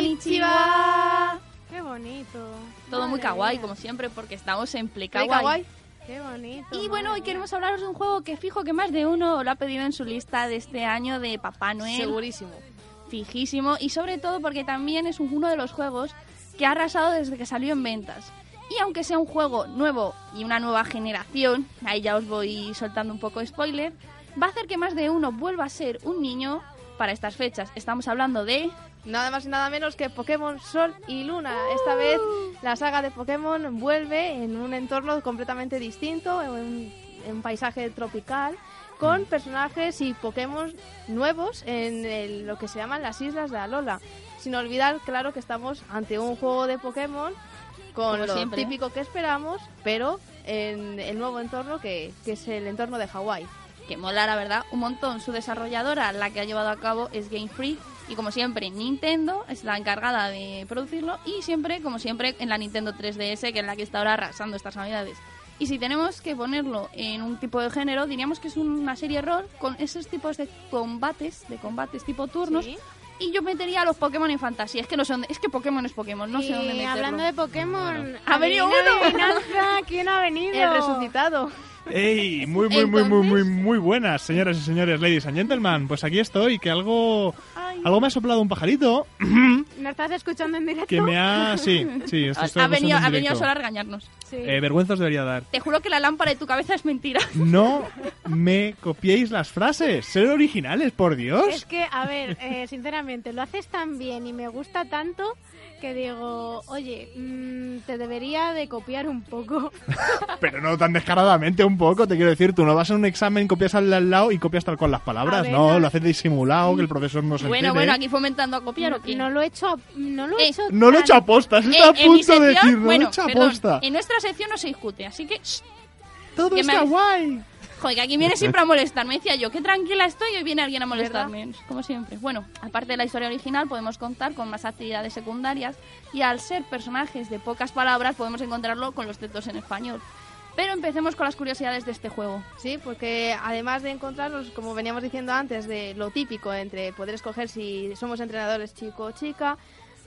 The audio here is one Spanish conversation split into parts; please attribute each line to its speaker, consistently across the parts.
Speaker 1: Konnichiwa.
Speaker 2: Qué bonito.
Speaker 1: Todo muy
Speaker 2: Madre
Speaker 1: kawaii,
Speaker 2: mía.
Speaker 1: como siempre, porque estamos en Play
Speaker 3: Play
Speaker 1: Kawaii.
Speaker 3: Kawaii.
Speaker 2: Qué bonito.
Speaker 1: Y bueno, hoy
Speaker 2: madre mía.
Speaker 1: queremos hablaros de un juego que fijo que más de uno lo ha pedido en su lista de este año de Papá Noel.
Speaker 3: Segurísimo.
Speaker 1: Fijísimo. Y sobre todo porque también es un- uno de los juegos que ha arrasado desde que salió en ventas. Y aunque sea un juego nuevo y una nueva generación, ahí ya os voy soltando un poco de spoiler, va a hacer que más de uno vuelva a ser un niño para estas fechas. Estamos hablando de...
Speaker 3: Nada más y nada menos que Pokémon Sol y Luna. Esta vez la saga de Pokémon vuelve en un entorno completamente distinto, en un, en un paisaje tropical, con personajes y Pokémon nuevos en el- lo que se llaman las Islas de Alola. Sin olvidar, claro, que estamos ante un juego de Pokémon con
Speaker 1: Como
Speaker 3: lo
Speaker 1: siempre. ¿eh?
Speaker 3: típico que esperamos, pero en el nuevo entorno que, que es el entorno de Hawái.
Speaker 1: que mola la verdad un montón. Su desarrolladora, la que ha llevado a cabo, es Game Freak y como siempre Nintendo es la encargada de producirlo y siempre, como siempre, en la Nintendo 3DS que es la que está ahora arrasando estas navidades. Y si tenemos que ponerlo en un tipo de género, diríamos que es una serie rol con esos tipos de combates, de combates tipo turnos.
Speaker 3: Sí.
Speaker 1: Y yo metería a los Pokémon en fantasía. Es que no son, es que Pokémon es Pokémon, no sé
Speaker 2: Y
Speaker 1: dónde meterlo.
Speaker 2: hablando de Pokémon,
Speaker 1: Ha venido
Speaker 2: adivina,
Speaker 1: uno.
Speaker 2: adivinanza, ¿Quién ha venido?
Speaker 3: El resucitado.
Speaker 4: ¡Ey! Muy, muy, muy, muy, muy,
Speaker 2: Entonces-
Speaker 4: muy buenas, señoras y señores, ladies and gentlemen. Pues aquí estoy, que algo, algo me ha soplado un pajarito
Speaker 2: ¿No estás escuchando en directo?
Speaker 4: que me ha... Sí, sí, esto estoy
Speaker 1: ha venido,
Speaker 4: escuchando en
Speaker 1: ha venido
Speaker 4: directo.
Speaker 1: solo a regañarnos.
Speaker 2: Sí.
Speaker 4: Eh, vergüenza os debería dar.
Speaker 1: Te juro que la lámpara de tu cabeza es mentira.
Speaker 4: No me copiéis las frases, ser originales, por
Speaker 2: Es
Speaker 4: Dios.
Speaker 2: que, a ver, eh, sinceramente, lo haces tan bien y me gusta tanto que digo, oye, mm, te debería de copiar un poco.
Speaker 4: Pero no tan descaradamente, un poco, te quiero decir. Tú no vas a un examen, copias al de al lado y copias tal con las palabras.
Speaker 2: ver,
Speaker 4: No,
Speaker 2: no.
Speaker 4: lo haces disimulado, que el profesor no se
Speaker 1: Bueno,
Speaker 4: entere.
Speaker 1: bueno, aquí fomentando a copiar o qué.
Speaker 2: No lo he hecho, a- no lo
Speaker 1: Eh,
Speaker 2: he hecho.
Speaker 4: No lo he
Speaker 2: tan-
Speaker 4: hecho aposta,
Speaker 1: Eh,
Speaker 4: está a
Speaker 1: en mi
Speaker 4: punto de
Speaker 1: sección-
Speaker 4: decir, no
Speaker 1: bueno,
Speaker 4: lo he hecho
Speaker 1: perdón,
Speaker 4: aposta.
Speaker 1: En nuestra sección no se discute, así que. shh,
Speaker 4: Todo
Speaker 1: que me
Speaker 4: está
Speaker 1: ha-
Speaker 4: guay.
Speaker 1: Joder, que aquí viene siempre a molestarme. Decía yo, qué tranquila estoy, hoy viene alguien a molestarme. Como siempre. Bueno, aparte de la historia original, podemos contar con más actividades secundarias y al ser personajes de pocas palabras, podemos encontrarlo con los textos en español. Pero empecemos con las curiosidades de este juego.
Speaker 3: Sí, porque además de encontrarnos, como veníamos diciendo antes, de lo típico entre poder escoger si somos entrenadores chico o chica,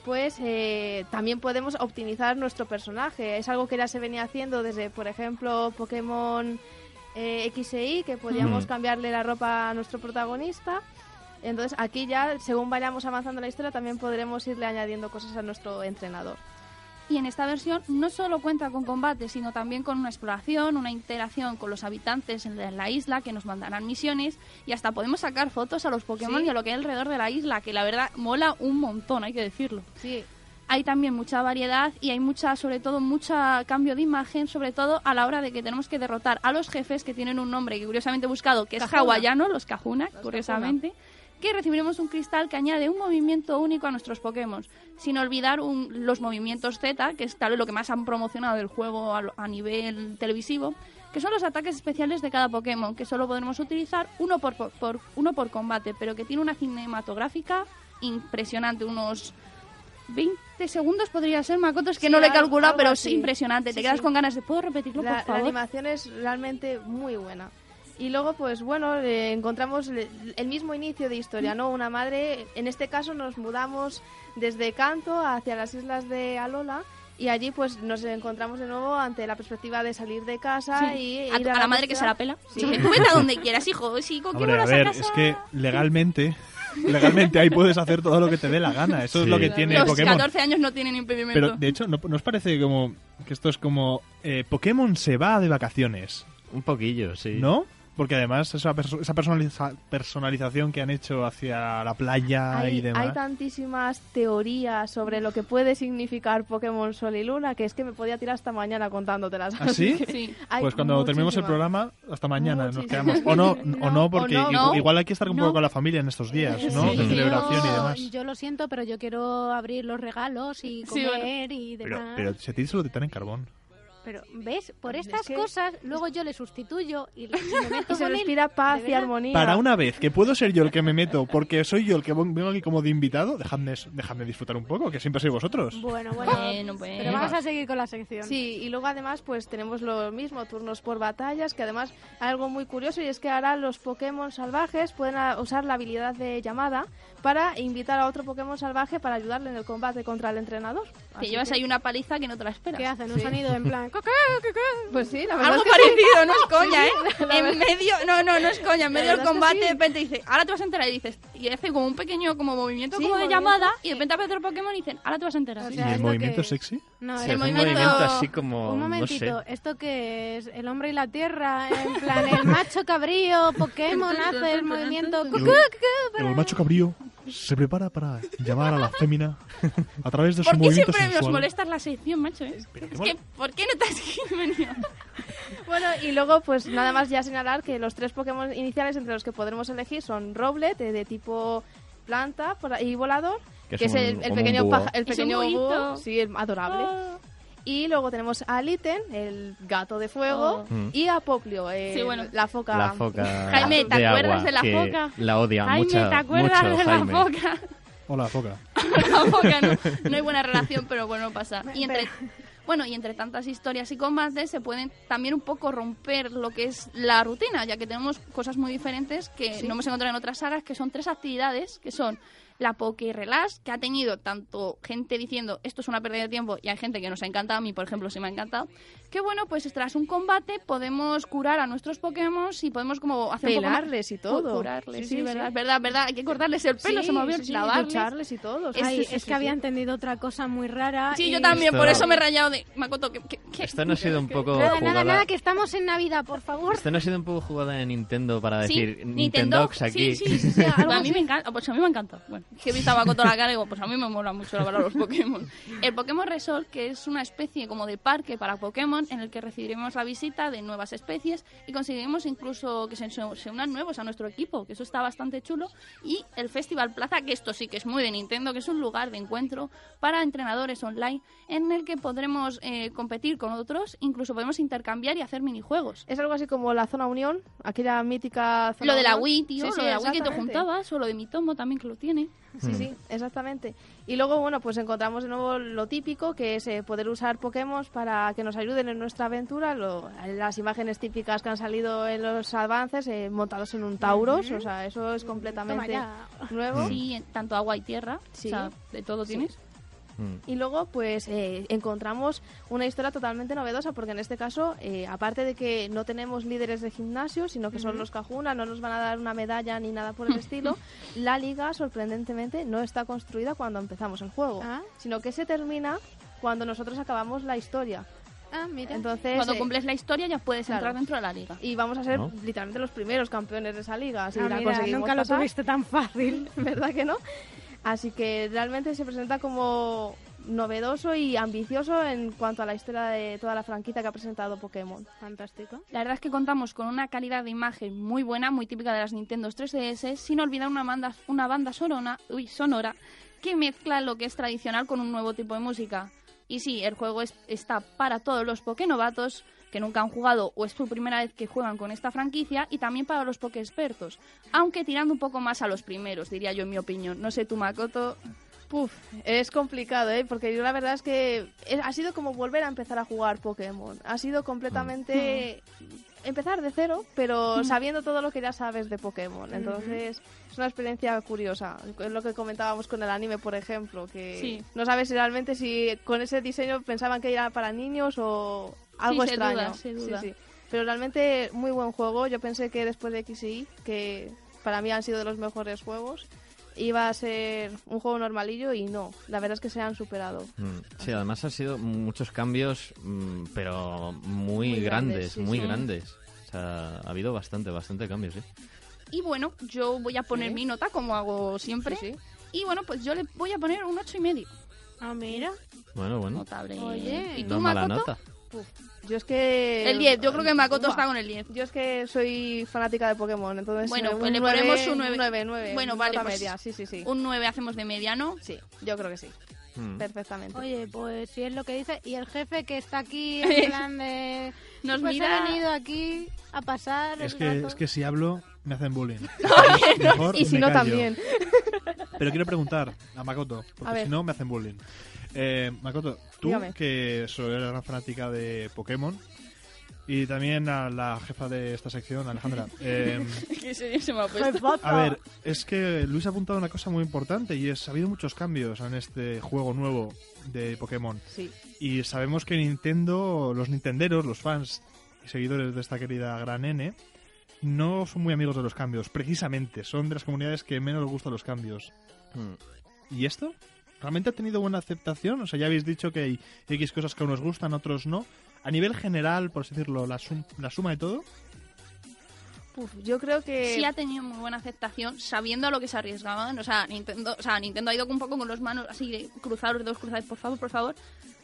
Speaker 3: pues eh, también podemos optimizar nuestro personaje. Es algo que ya se venía haciendo desde, por ejemplo, Pokémon eh, X e Y, que podíamos
Speaker 4: Mm.
Speaker 3: cambiarle la ropa a nuestro protagonista. Entonces aquí ya, según vayamos avanzando en la historia, también podremos irle añadiendo cosas a nuestro entrenador.
Speaker 1: Y en esta versión no solo cuenta con combate, sino también con una exploración, una interacción con los habitantes en la- en la isla que nos mandarán misiones y hasta podemos sacar fotos a los Pokémon
Speaker 3: Sí.
Speaker 1: y a lo que hay alrededor de la isla, que la verdad mola un montón, hay que decirlo.
Speaker 3: Sí,
Speaker 1: Hay también mucha variedad y hay mucha, sobre todo, mucho cambio de imagen, sobre todo a la hora de que tenemos que derrotar a los jefes que tienen un nombre que curiosamente he buscado, que es
Speaker 3: Cajuna.
Speaker 1: hawaiano, los Cajuna, curiosamente, que recibiremos un cristal que añade un movimiento único a nuestros Pokémon, sin olvidar un- los movimientos Z, que es tal vez lo que más han promocionado del juego a, lo- a nivel televisivo, que son los ataques especiales de cada Pokémon, que solo podremos utilizar uno por, por- por- uno por combate, pero que tiene una cinematográfica impresionante, unos 20 segundos podría ser, Makoto, es que
Speaker 3: Sí,
Speaker 1: no lo he
Speaker 3: algo-
Speaker 1: calculado,
Speaker 3: algo
Speaker 1: pero
Speaker 3: así.
Speaker 1: es impresionante, te
Speaker 3: Sí,
Speaker 1: quedas
Speaker 3: sí.
Speaker 1: con ganas de, ¿puedo repetirlo,
Speaker 3: la,
Speaker 1: por favor?
Speaker 3: la animación es realmente muy buena. Y luego, pues bueno, eh, encontramos le- el mismo inicio de historia, ¿no? Una madre, en este caso nos mudamos desde Canto hacia las islas de Alola y allí pues nos encontramos de nuevo ante la perspectiva de salir de casa
Speaker 1: Sí.
Speaker 3: y...
Speaker 1: a,
Speaker 3: ir
Speaker 1: tu- a la madre que se la pela. Sí. Tú vete a donde quieras, hijo. Si con quién
Speaker 4: Hombre, a
Speaker 1: vas
Speaker 4: ver,
Speaker 1: casa-
Speaker 4: es que legalmente, legalmente ahí puedes hacer todo lo que te dé la gana. Eso es
Speaker 5: Sí.
Speaker 4: lo que tiene
Speaker 1: Los
Speaker 4: Pokémon.
Speaker 1: 14 años no tienen impedimento.
Speaker 4: Pero de hecho, ¿no, ¿no os parece como que esto es como eh, Pokémon se va de vacaciones,
Speaker 5: Un poquillo, sí.
Speaker 4: ¿no? Porque además esa, perso- esa personaliza- personalización que han hecho hacia la playa y
Speaker 3: Hay, hay
Speaker 4: demás.
Speaker 3: tantísimas teorías sobre lo que puede significar Pokémon Sol y Luna que es que me podía tirar hasta mañana contándotelas.
Speaker 4: ¿Ah, sí?
Speaker 1: Sí.
Speaker 3: Hay
Speaker 4: Pues cuando terminemos el
Speaker 3: muchísimas.
Speaker 4: programa, hasta mañana nos
Speaker 3: Muchísimas.
Speaker 4: quedamos. O no, o
Speaker 2: No,
Speaker 4: no
Speaker 2: o
Speaker 4: porque
Speaker 3: no.
Speaker 4: igu-
Speaker 1: No.
Speaker 4: igual hay que estar un
Speaker 2: No.
Speaker 4: poco con la familia en estos días, ¿no?
Speaker 1: Sí.
Speaker 4: De celebración y
Speaker 2: yo,
Speaker 4: demás.
Speaker 2: yo lo siento, pero yo quiero abrir los regalos y
Speaker 1: Sí,
Speaker 2: comer y demás.
Speaker 4: Pero, pero si a ti solo te dan en carbón.
Speaker 2: Pero, ¿ves? Por
Speaker 3: Es
Speaker 1: Pues
Speaker 2: estas
Speaker 3: que-
Speaker 2: cosas, luego yo le sustituyo y le y me meto
Speaker 3: Y se
Speaker 2: con
Speaker 3: nos
Speaker 2: él.
Speaker 3: pida paz
Speaker 2: De
Speaker 3: y
Speaker 2: verdad.
Speaker 3: armonía.
Speaker 4: Para una vez que puedo ser yo el que me meto, porque soy yo el que vengo aquí como de invitado, dejadme, dejadme disfrutar un poco, que siempre sois vosotros.
Speaker 2: Bueno, bueno.
Speaker 1: Bueno, pues, bueno.
Speaker 2: Pero vamos a seguir con la sección.
Speaker 3: Sí, y luego además pues tenemos lo mismo, turnos por batallas, que además hay algo muy curioso y es que ahora los Pokémon salvajes pueden ah, usar la habilidad de llamada para invitar a otro Pokémon salvaje para ayudarle en el combate contra el entrenador.
Speaker 1: Te
Speaker 3: Así
Speaker 1: llevas
Speaker 3: que-
Speaker 1: ahí una paliza que no te la
Speaker 2: ¿Qué
Speaker 1: esperas.
Speaker 2: hacen? Un sonido en plan... "Cocá, cocá".
Speaker 3: Pues sí, la verdad
Speaker 1: Algo
Speaker 3: es que sí.
Speaker 1: parecido, no es coña, ¿eh?
Speaker 3: la
Speaker 1: En medio, no, no, no es coña. En
Speaker 3: La
Speaker 1: medio
Speaker 3: verdad
Speaker 1: del
Speaker 3: es que
Speaker 1: combate,
Speaker 3: sí.
Speaker 1: de repente dice, ahora te vas a enterar. Y dices, y hace como un pequeño como movimiento
Speaker 3: Sí,
Speaker 1: como de
Speaker 3: movimiento,
Speaker 1: llamada. Y de repente aparece otro Pokémon y dicen, ahora te vas a enterar.
Speaker 2: O
Speaker 4: ¿Y
Speaker 2: sea, es
Speaker 4: el
Speaker 2: lo
Speaker 4: movimiento
Speaker 2: que-
Speaker 4: sexy?
Speaker 2: No, es
Speaker 5: Sí, hace
Speaker 1: el
Speaker 5: un
Speaker 1: movimiento-
Speaker 5: movimiento así como.
Speaker 2: Un
Speaker 5: No
Speaker 2: momentito,
Speaker 5: sé.
Speaker 2: ¿esto que es? El hombre y la tierra, en plan el macho cabrío, Pokémon hace el movimiento... "Cucú, cucú", para-
Speaker 4: El macho cabrío se prepara para llamar a la fémina a través de su
Speaker 1: ¿Por qué
Speaker 4: movimiento
Speaker 1: siempre
Speaker 4: sensual.
Speaker 1: os molestas la sección, macho? eh? Es que, ¿por qué no te has venido?
Speaker 3: Bueno, y luego, pues nada más ya señalar que los tres Pokémon iniciales entre los que podremos elegir son Roblet, eh, de tipo planta por- y volador, que,
Speaker 5: Que
Speaker 3: es,
Speaker 5: es un-
Speaker 3: el, el
Speaker 5: como un
Speaker 3: pequeño
Speaker 5: búho.
Speaker 3: paja- el
Speaker 1: Es un
Speaker 3: pequeño
Speaker 1: búhito. Ah.
Speaker 3: búho, sí, el adorable. Y luego tenemos a Litten, el gato de fuego,
Speaker 5: Oh. Mm.
Speaker 3: y a Poplio, eh,
Speaker 1: Sí, bueno.
Speaker 3: la foca.
Speaker 5: La foca.
Speaker 1: Jaime, ¿te
Speaker 5: de
Speaker 1: acuerdas
Speaker 5: agua,
Speaker 1: de la
Speaker 5: que
Speaker 1: foca?
Speaker 5: La odia
Speaker 1: Jaime,
Speaker 5: mucho.
Speaker 1: ¿te acuerdas
Speaker 5: mucho,
Speaker 1: de la
Speaker 5: Jaime.
Speaker 1: boca?
Speaker 4: Hola, foca.
Speaker 1: la boca no, no hay buena relación, pero bueno, pasa. Y entre, bueno, y entre tantas historias y combates se pueden también un poco romper lo que es la rutina, ya que tenemos cosas muy diferentes que no hemos encontrado en otras sagas, que son tres actividades, que son la Poké Relax, que ha tenido tanto gente diciendo esto es una pérdida de tiempo y hay gente que nos ha encantado, a mí por ejemplo sí me ha encantado, que bueno, pues tras un combate podemos curar a nuestros Pokémon y podemos como hacer un poco más-
Speaker 3: Pelarles y todo.
Speaker 1: Curarles, sí,
Speaker 3: Sí, sí,
Speaker 1: verdad,
Speaker 3: sí.
Speaker 1: verdad, verdad, hay que cortarles el pelo,
Speaker 3: Sí,
Speaker 1: se me había
Speaker 3: sí, sí,
Speaker 1: olvidado, lavarles.
Speaker 3: ducharles y todo. sí,
Speaker 2: Ay,
Speaker 3: sí,
Speaker 2: es
Speaker 3: sí,
Speaker 2: que
Speaker 3: sí,
Speaker 2: había
Speaker 3: sí.
Speaker 2: entendido otra cosa muy rara.
Speaker 1: Sí,
Speaker 2: y-
Speaker 1: yo también,
Speaker 5: Esto-
Speaker 1: por eso me he rayado de Makoto. ¿qué- qué- qué?
Speaker 5: Esto no ha sido un poco.
Speaker 2: Nada,
Speaker 5: jugada-
Speaker 2: nada, nada, que estamos en Navidad, por favor.
Speaker 5: Esto no ha sido un poco jugada de Nintendo para
Speaker 1: Sí,
Speaker 5: decir Nintendox aquí.
Speaker 1: Sí, sí, sí, sí, algo a mí me encanta, pues a mí me encanta. Bueno, que he visto a Makoto la cara y digo, pues a mí me mola mucho la verdad los Pokémon. El Pokémon Resort, que es una especie como de parque para Pokémon en el que recibiremos la visita de nuevas especies y conseguiremos incluso que se, se unan nuevos a nuestro equipo, que eso está bastante chulo. Y el Festival Plaza, que esto sí que es muy de Nintendo, que es un lugar de encuentro para entrenadores online en el que podremos eh, competir con otros, incluso podemos intercambiar y hacer minijuegos.
Speaker 3: Es algo así como la zona unión, aquella mítica zona
Speaker 1: Lo de la
Speaker 3: unión.
Speaker 1: Wii, tío,
Speaker 3: Sí, sí,
Speaker 1: lo de la Wii que te
Speaker 3: exactamente.
Speaker 1: juntabas, o lo de mi tomo también que lo tiene.
Speaker 3: Sí, sí, exactamente. Y luego, bueno, pues encontramos de nuevo lo típico, que es eh, poder usar Pokémon para que nos ayuden en nuestra aventura. Lo- las imágenes típicas que han salido en los avances, eh, montados en un Tauros, o sea, eso es
Speaker 2: Toma
Speaker 3: completamente
Speaker 2: ya.
Speaker 3: nuevo.
Speaker 1: Sí, en- tanto agua y tierra,
Speaker 3: Sí.
Speaker 1: o sea, de todo tienes.
Speaker 5: Mm.
Speaker 3: Y luego, pues, eh, encontramos una historia totalmente novedosa, porque en este caso, eh, aparte de que no tenemos líderes de gimnasio, sino que son los Cajuna, no nos van a dar una medalla ni nada por el estilo, la liga, sorprendentemente, no está construida cuando empezamos el juego,
Speaker 2: Ah.
Speaker 3: sino que se termina cuando nosotros acabamos la historia.
Speaker 2: Ah, mira.
Speaker 3: Entonces,
Speaker 1: Cuando
Speaker 3: eh,
Speaker 1: cumples la historia ya puedes
Speaker 3: claro.
Speaker 1: entrar dentro de la liga.
Speaker 3: y vamos a ser
Speaker 5: ¿No?
Speaker 3: literalmente los primeros campeones de esa liga, si
Speaker 2: Ah,
Speaker 3: la
Speaker 2: mira,
Speaker 3: conseguimos
Speaker 2: nunca lo
Speaker 3: pasar.
Speaker 2: tuviste tan fácil.
Speaker 3: ¿verdad que no? Así que realmente se presenta como novedoso y ambicioso en cuanto a la historia de toda la franquicia que ha presentado Pokémon.
Speaker 2: Fantástico.
Speaker 1: La verdad es que contamos con una calidad de imagen muy buena, muy típica de las Nintendo 3DS, sin olvidar una banda, una banda sonora, uy, sonora que mezcla lo que es tradicional con un nuevo tipo de música. Y sí, el juego es- está para todos los Pokénovatos que nunca han jugado o es su primera vez que juegan con esta franquicia y también para los Pokéexpertos, aunque tirando un poco más a los primeros, diría yo en mi opinión. No sé, tu Makoto,
Speaker 3: Puf, es complicado, ¿eh? Porque yo la verdad es que es- ha sido como volver a empezar a jugar Pokémon. Ha sido completamente empezar de cero, pero sabiendo todo lo que ya sabes de Pokémon. Entonces, es una experiencia curiosa. Es lo que comentábamos con el anime, por ejemplo, que
Speaker 1: Sí.
Speaker 3: no sabes realmente si con ese diseño pensaban que era para niños o algo
Speaker 1: se
Speaker 3: extraño.
Speaker 1: duda, se duda.
Speaker 3: Sí, sí. Pero realmente muy buen juego. Yo pensé que después de XI, que para mí han sido de los mejores juegos, iba a ser un juego normalillo y no. La verdad es que se han superado.
Speaker 5: Mm. Sí, además han sido muchos cambios, mm, pero muy,
Speaker 3: Muy grandes,
Speaker 5: grandes,
Speaker 3: sí,
Speaker 5: muy
Speaker 1: sí.
Speaker 5: grandes. O sea, ha habido bastante, bastante cambios, ¿eh?
Speaker 1: Y bueno, yo voy a poner
Speaker 3: Sí.
Speaker 1: mi nota como hago siempre.
Speaker 3: Sí, sí.
Speaker 1: Y bueno, pues yo le voy a poner un ocho y medio.
Speaker 2: Ah, mira.
Speaker 5: Bueno, bueno.
Speaker 1: Notable.
Speaker 2: Oye.
Speaker 1: ¿Y tú,
Speaker 5: No mala
Speaker 1: Makoto?
Speaker 5: nota.
Speaker 3: Yo es que...
Speaker 1: El 10. Yo creo que Makoto
Speaker 3: Uah.
Speaker 1: está con el 10.
Speaker 3: Yo es que soy fanática de Pokémon, entonces...
Speaker 1: Bueno,
Speaker 3: eh,
Speaker 1: pues le
Speaker 3: nueve-
Speaker 1: ponemos un nueve.
Speaker 3: nueve, nueve,
Speaker 1: Bueno,
Speaker 3: nota
Speaker 1: vale, pues-
Speaker 3: media. Sí, sí, sí.
Speaker 1: Un 9 hacemos de mediano.
Speaker 3: Sí, yo creo que sí.
Speaker 5: Mm.
Speaker 3: perfectamente.
Speaker 2: Oye, pues si es lo que dice. Y el jefe que está aquí en plan de.
Speaker 1: Nos
Speaker 2: pues
Speaker 1: mira-
Speaker 2: he venido aquí a pasar.
Speaker 4: Es
Speaker 2: el
Speaker 4: que,
Speaker 2: rato.
Speaker 4: es que si hablo, me hacen bullying. Mejor
Speaker 3: Y si
Speaker 4: me
Speaker 3: no,
Speaker 4: callo.
Speaker 3: también.
Speaker 4: Pero quiero preguntar a Makoto,
Speaker 3: A
Speaker 4: porque
Speaker 3: ver.
Speaker 4: si no me hacen bullying. Eh, Makoto, tú
Speaker 3: Dígame.
Speaker 4: que solo eres una fanática de Pokémon y también a la jefa de esta sección, Alejandra. eh,
Speaker 1: que se, se me
Speaker 3: Pues
Speaker 1: ha puesto.
Speaker 4: a ver, es que Luis ha apuntado una cosa muy importante y es, ha habido muchos cambios en este juego nuevo de Pokémon.
Speaker 3: Sí.
Speaker 4: Y sabemos que Nintendo, los nintenderos, los fans y seguidores de esta querida gran N, no son muy amigos de los cambios, precisamente. Son de las comunidades que menos les gustan los cambios.
Speaker 5: Mm.
Speaker 4: ¿Y esto? ¿Realmente ha tenido buena aceptación? O sea, ya habéis dicho que hay X cosas que a unos gustan, a otros no. A nivel general, por así decirlo, la, sum- la suma de todo.
Speaker 3: Uf, yo creo que...
Speaker 1: sí ha tenido muy buena aceptación sabiendo a lo que se arriesgaban. O sea, Nintendo, o sea, Nintendo ha ido un poco con los manos así de cruzados, los dedos cruzados, por favor, por favor.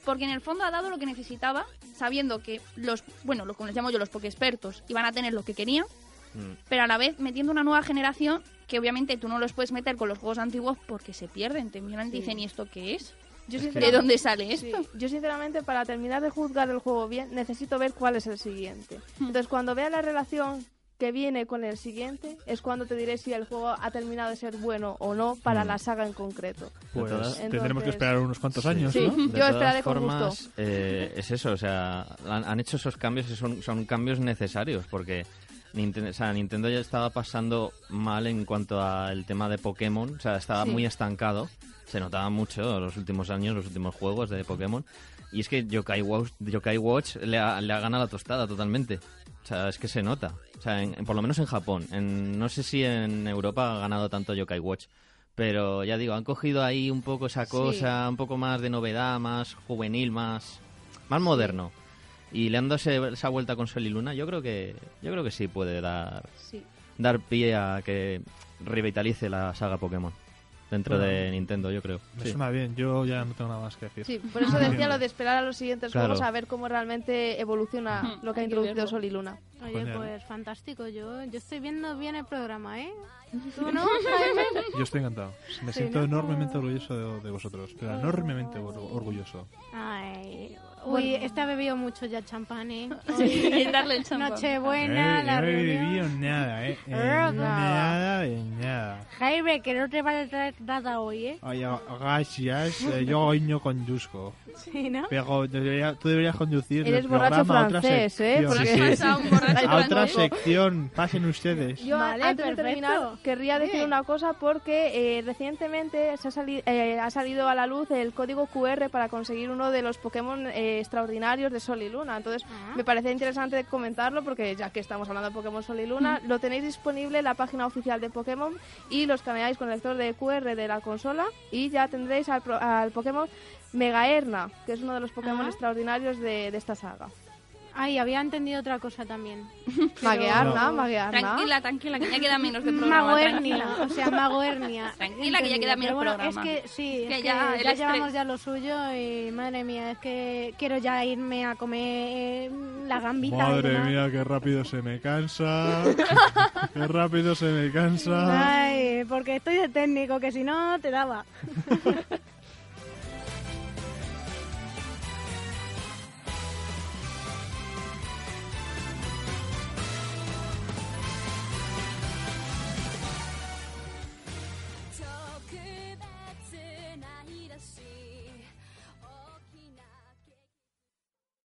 Speaker 1: Porque en el fondo ha dado lo que necesitaba, sabiendo que los, bueno, lo como les llamo yo, los expertos iban a tener lo que querían,
Speaker 5: Mm.
Speaker 1: pero a la vez metiendo una nueva generación que obviamente tú no los puedes meter con los juegos antiguos porque se pierden, te miran y
Speaker 3: Sí.
Speaker 1: dicen, ¿y esto qué es?
Speaker 3: yo
Speaker 1: ¿De
Speaker 3: sinceramente-
Speaker 1: dónde sale
Speaker 3: Sí,
Speaker 1: esto?
Speaker 3: Yo sinceramente para terminar de juzgar el juego bien necesito ver cuál es el siguiente.
Speaker 1: Hmm.
Speaker 3: Entonces cuando vea la relación que viene con el siguiente es cuando te diré si el juego ha terminado de ser bueno o no para
Speaker 5: Mm.
Speaker 3: la saga en concreto.
Speaker 4: Pues
Speaker 5: todas-
Speaker 4: tendremos que
Speaker 3: Entonces-
Speaker 4: esperar unos cuantos
Speaker 5: Sí.
Speaker 4: años,
Speaker 3: Sí.
Speaker 4: ¿no?
Speaker 5: De
Speaker 3: Yo
Speaker 5: todas
Speaker 3: esperaré con
Speaker 5: formas,
Speaker 3: gusto.
Speaker 5: eh, es eso, o sea, han, han hecho esos cambios y son, son cambios necesarios porque Nintendo, o sea, Nintendo ya estaba pasando mal en cuanto al tema de Pokémon, o sea, estaba
Speaker 3: Sí.
Speaker 5: muy estancado, se notaba mucho los últimos años, los últimos juegos de Pokémon. Y es que Yokai Watch, Yokai Watch le, ha, le ha ganado la tostada totalmente. O sea, es que se nota. O sea, en- en- por lo menos en Japón. En- no sé si en Europa ha ganado tanto Yokai Watch. Pero ya digo, han cogido ahí un poco esa cosa, un poco más de novedad, más juvenil, más, más moderno. Y le han dado ese- esa vuelta con Sol y Luna. Yo creo que, yo creo que sí puede dar,
Speaker 3: Sí.
Speaker 5: dar pie a que revitalice la saga Pokémon dentro
Speaker 4: Bueno.
Speaker 5: de Nintendo, yo creo.
Speaker 4: Me
Speaker 5: Sí.
Speaker 4: suena bien, yo ya no tengo nada más que decir.
Speaker 3: Sí, por eso decía lo de esperar a los siguientes
Speaker 5: Claro.
Speaker 3: juegos a ver cómo realmente evoluciona
Speaker 1: Hmm.
Speaker 3: lo que ha
Speaker 1: Hay que
Speaker 3: introducido
Speaker 1: verlo.
Speaker 3: Sol y Luna.
Speaker 2: Oye,
Speaker 4: Genial.
Speaker 2: pues fantástico. Yo, yo estoy viendo bien el programa, ¿eh? ¿Tú no, Jaime?
Speaker 4: Yo estoy encantado. Me siento
Speaker 2: ¿no?
Speaker 4: enormemente orgulloso de, de vosotros. Pero enormemente or- orgulloso.
Speaker 2: Ay. Uy, este ha bebido mucho ya champán, ¿eh?
Speaker 1: Darle el champán.
Speaker 2: Nochebuena, la
Speaker 4: no Eh, he bebido
Speaker 2: reunión.
Speaker 4: nada, ¿eh? Eh,
Speaker 2: Roca.
Speaker 4: nada de nada.
Speaker 2: Jaime, que no te van a traer nada hoy, ¿eh?
Speaker 4: Ay, ah, gracias. eh, yo hoy no conduzco.
Speaker 2: Sí, ¿no?
Speaker 4: Pero debería- tú deberías conducir
Speaker 3: Eres
Speaker 4: el
Speaker 3: borracho
Speaker 4: programa a otra
Speaker 3: francés, ¿eh?
Speaker 4: sección.
Speaker 3: Porque-
Speaker 1: Por
Speaker 5: Sí,
Speaker 1: eso
Speaker 5: sí.
Speaker 1: ha pasado un borracho
Speaker 4: A otra
Speaker 1: blanco.
Speaker 4: sección. Pasen ustedes.
Speaker 3: Yo
Speaker 2: Vale,
Speaker 3: antes de
Speaker 2: perfecto.
Speaker 3: terminar querría decir
Speaker 2: Bien.
Speaker 3: una cosa porque eh, recientemente se ha, sali- eh, ha salido a la luz el código QR para conseguir uno de los Pokémon eh, extraordinarios de Sol y Luna. Entonces
Speaker 2: Ah.
Speaker 3: me parece interesante comentarlo porque ya que estamos hablando de Pokémon Sol y
Speaker 2: Mm.
Speaker 3: Luna, lo tenéis disponible en la página oficial de Pokémon y lo escaneáis con el lector de QR de la consola y ya tendréis al, pro- al Pokémon Megaerna, que es uno de los Pokémon
Speaker 2: Ah.
Speaker 3: extraordinarios de, de esta saga.
Speaker 2: Ay, había entendido otra cosa también.
Speaker 3: Magearna, Magearna.
Speaker 1: Tranquila, tranquila, que ya queda menos de Este programa.
Speaker 2: Mago
Speaker 1: tranquila.
Speaker 2: Hernia, o sea, Mago Hernia.
Speaker 1: Tranquila, que ya
Speaker 2: Entendido.
Speaker 1: queda menos
Speaker 2: Pero bueno,
Speaker 1: programa.
Speaker 2: Es que sí,
Speaker 1: Que
Speaker 2: es que
Speaker 1: ya
Speaker 2: ya,
Speaker 1: el estrés.
Speaker 2: llevamos ya lo suyo y madre mía, es que quiero ya irme a comer la gambita. y demás.
Speaker 4: qué rápido se me cansa. qué rápido se me
Speaker 2: Ay, porque estoy de técnico, que si no te daba.